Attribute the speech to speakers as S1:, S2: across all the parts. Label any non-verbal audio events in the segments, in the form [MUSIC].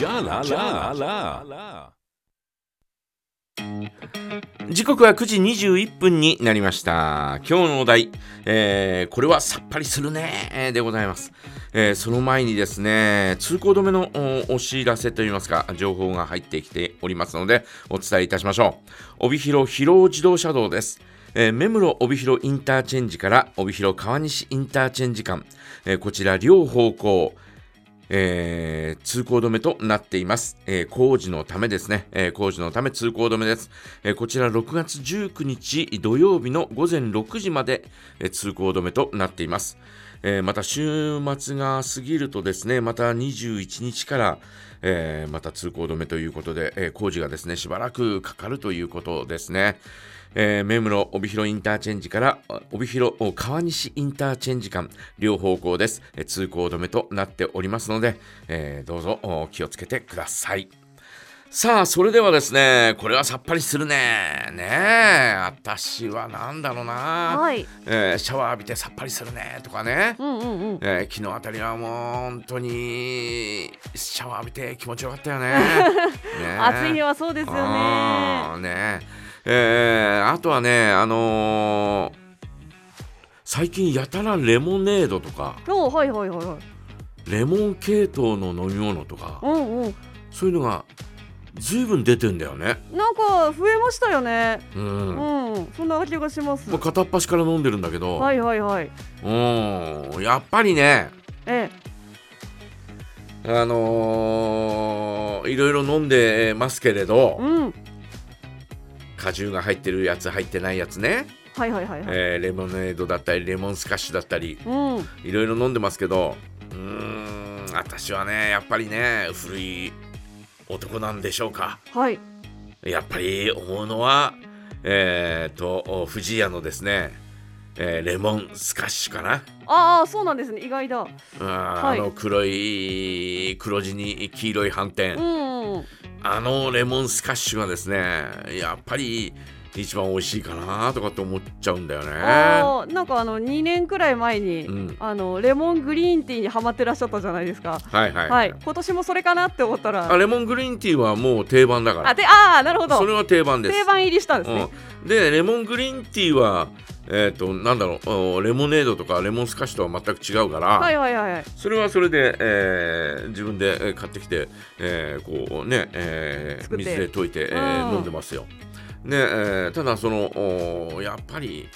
S1: Ja la la la la.
S2: 時刻は9時21分になりました今日のお題、えーこれはさっぱりするねえーでございます、えーその前にですね通行止めのおお知らせといいますか情報が入ってきておりますのでお伝えいたしましょう帯広広尾自動車道ですえー目室帯広インターチェンジから帯広川西インターチェンジ間、えーこちら両方向えー通行止めとなっています、えー工事のためですね、えー工事のため通行止めです、えーこちら6月19日土曜日の午前6時まで、えー通行止めとなっています、えーまた週末が過ぎるとですねまた21日から、えーまた通行止めということで、えー工事がですねしばらくかかるということですねえー、目室帯広インターチェンジからあ帯広お川西インターチェンジ間両方向です、えー通行止めとなっておりますので、えーどうぞお気をつけてくださいさあそれではですねこれはさっぱりするねねえ私はなんだろうな、
S3: はい。
S2: えーシャワー浴びてさっぱりするねとかね、
S3: うんうんうん。
S2: えー昨日あたりはもう本当にシャワー浴びて気持ちよかったよ
S3: [LAUGHS]
S2: ねね
S3: 暑い日はそうですよね。
S2: あーねえーあとはね、あのー最近やたらレモネードとか
S3: おうはいはいはいはい。
S2: レモン系統の飲み物とか
S3: うんうん。
S2: そういうのがずいぶん出てんだよね。
S3: なんか増えましたよね。
S2: うん
S3: う
S2: も
S3: ん。そんな気がします。
S2: う片っ端から飲んでるんだけど、
S3: はいはいはい。
S2: うんやっぱりね、
S3: ええ。
S2: あのーいろいろ飲んでますけれど
S3: うん。
S2: 果汁が入ってるやつ入ってないやつね、
S3: はいはいはいはい。
S2: えーレモネードだったりレモンスカッシュだったり
S3: うん。
S2: いろいろ飲んでますけどうーん私はねやっぱりね古い男なんでしょうか
S3: はい。
S2: やっぱり思うのはえっ、と藤屋のですね、えーレモンスカッシュかな
S3: ああ、そうなんですね。意外だ。
S2: うん
S3: い
S2: あの黒い黒地に黄色い斑点、
S3: うんうん。
S2: あのレモンスカッシュがですねやっぱり一番美味しいかなとかって思っちゃうんだよね。
S3: ああ、なんかあの2年くらい前に、
S2: うん
S3: あのレモングリーンティーにハマってらっしゃったじゃないですか。
S2: はいはい、
S3: はい。今年もそれかなって思った
S2: あ
S3: ら。
S2: レモングリーンティーはもう定番だから
S3: あ、で、ああ、なるほ
S2: そ
S3: ど。
S2: れは定番です
S3: 定番入りしたんですね。
S2: うん、でレモングリーンティーはえっ、となんだろうおレモネードとかレモンスカッシュとは全く違うから、
S3: はいはいはいはい。
S2: それはそれで、えー自分でえー買ってきて、えーこうね、えー
S3: 作って
S2: 水で溶いて、えー
S3: うん
S2: 飲んでますよ。ねえーただそのおやっぱり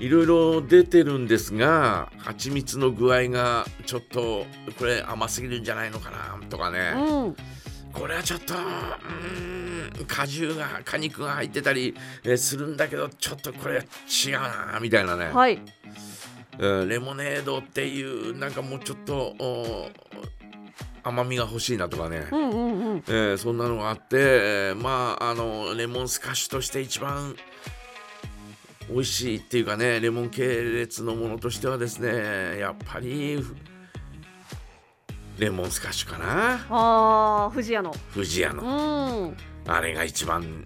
S2: いろいろ出てるんですが蜂蜜の具合がちょっとこれ甘すぎるんじゃないのかなとかね。
S3: うん。
S2: これはちょっとうーん果汁が果肉が入ってたり、えーするんだけどちょっとこれ違うなみたいなね、
S3: はい。
S2: うんレモネードっていうなんかもうちょっとお甘みが欲しいなとかね、
S3: うんうんうん。
S2: えーそんなのがあって、えーまああのレモンスカッシュとして一番美味しいっていうかねレモン系列のものとしてはですねやっぱりレモンスカッシュかな
S3: ああ、藤屋の。
S2: 富士屋の
S3: う。ん。
S2: あれが一番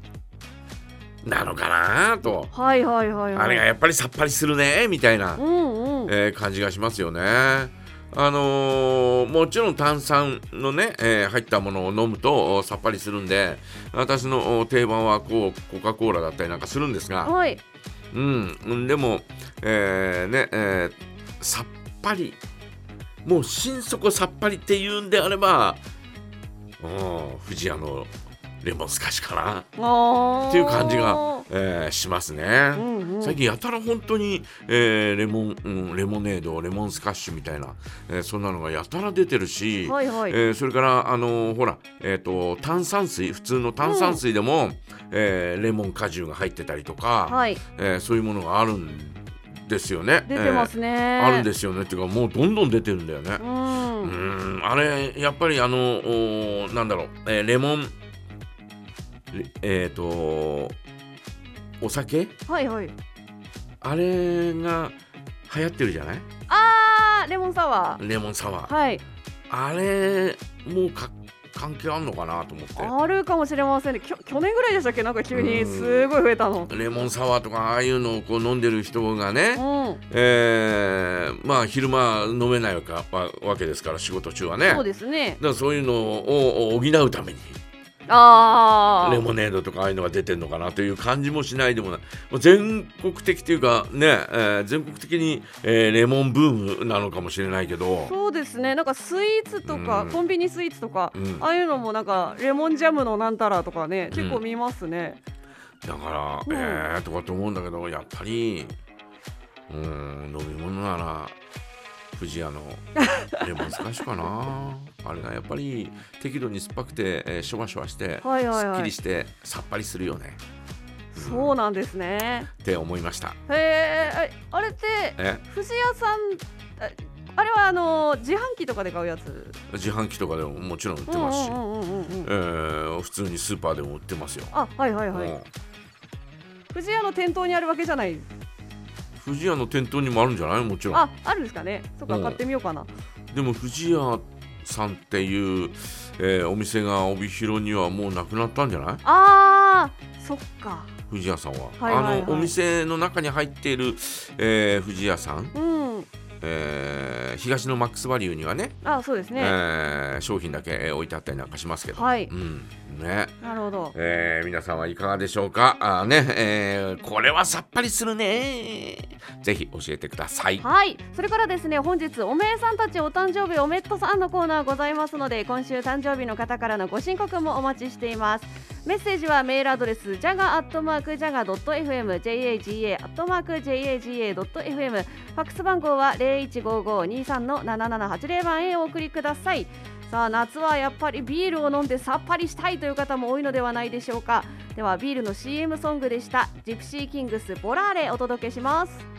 S2: なのかなと、
S3: はいはいはいはい。
S2: あれがやっぱりさっぱりするねみたいな
S3: う、んうん。
S2: えー感じがしますよね。あのーもちろん炭酸のね、えー入ったものを飲むとおさっぱりするんで私のお定番はこうコカ・コーラだったりなんかするんですが、
S3: はい。
S2: うんうん、でも、えーねえーさっぱりもう心底さっぱりっていうんであればうん富士屋のレモンスカッシュかな。
S3: ああ。
S2: っていう感じが。、えーしますね。
S3: うんうん。
S2: 最近やたら本当に、えーレモン、うんレモネードレモンスカッシュみたいな、えーそんなのがやたら出てるし、
S3: はいはい。
S2: えーそれから、あのーほら、えー、と炭酸水普通の炭酸水でも、えーレモン果汁が入ってたりとか、
S3: はい。
S2: えーそういうものがあるんですよね。
S3: 出てますね、。
S2: えーあるんですすよねっていうかもうどんどん出てるんだよね
S3: う。。
S2: うんんあれやっぱりあのおーなんだろう、えーレモンレえっ、とお酒
S3: はいはい。
S2: あれが流行ってるじゃない
S3: ああ、レモンサワー。
S2: レモンサワー
S3: はい。
S2: あれもうか関係あんのかなと思っ
S3: あるかもしれませんねきょ去年ぐらいでしたっけなんか急
S2: う
S3: に
S2: ん
S3: すごい増えたの
S2: てレモンサワーとかああいうのをこう飲んでる人がね、
S3: うん
S2: えーまあ昼間飲めないかわわけですから仕事中はね
S3: そうですね
S2: だからそういうのをを補うために
S3: ああ
S2: レモネードとかああいうのが出てるのかなという感じもしないでもないもう全国的というかね、えー全国的に、えーレモンブームなのかもしれないけど
S3: そうですねなんかスイーツとか、
S2: うん
S3: コンビニスイーツとか、
S2: うん
S3: ああいうのもなんかレモンジャムのなんたらとかね結構見ますね、
S2: だから、
S3: うん
S2: えーとかと思うんだけどやっぱりうーん飲み物なら富士屋
S3: [LAUGHS]
S2: のレモンスカッシュかなあれがやっぱり適度に酸っぱくて、えーシュワシュワして、
S3: はいはい
S2: すっ
S3: は
S2: き
S3: い
S2: りしてさっぱりするよね
S3: そうなんですね
S2: って思いました。
S3: へえあれって
S2: え
S3: 藤屋さんああれはあの自販機とかで買うやつ
S2: 自販機とかでももちろん売って
S3: うんう
S2: ますし、
S3: んうんうんうんうん
S2: えー普通にスーパーでも売ってますよ。
S3: あはいはいは
S2: う
S3: い
S2: ん
S3: 藤屋の店頭にあるわけじゃない
S2: 不二家の店頭にもあるんじゃないもちろん
S3: ああるんですかねそっか
S2: うん
S3: 買ってみようかな
S2: でも不二家さんっていう、えーお店が帯広にはもうなくなったんじゃない
S3: あーそっか
S2: 不二家さんは、
S3: はいはいはい
S2: あのお店の中に入っている、えー、不二家さん、
S3: うん
S2: えー東のマックスバリューにはね
S3: あそうです
S2: え
S3: ね
S2: ー商品だけえー置いてあったりなんかしますけど、
S3: はい
S2: うんね
S3: なるほど
S2: えー皆さんはいかがでしょうかあーね、えーこれはさっぱりするねぜひ教えてください
S3: はいそれからですね本日おめえさんたちお誕生日おめっとさんのコーナーございますので今週誕生日の方からのご申告もお待ちしていますメッセージはメールアドレス jaga.jaga.fm jaga.jaga.fm ファックス番号は015523-7780番へお送りくださいさあ夏はやっぱりビールを飲んでさっぱりしたいという方も多いのではないでしょうかではビールの CM ソングでしたジプシーキングスボラーレお届けします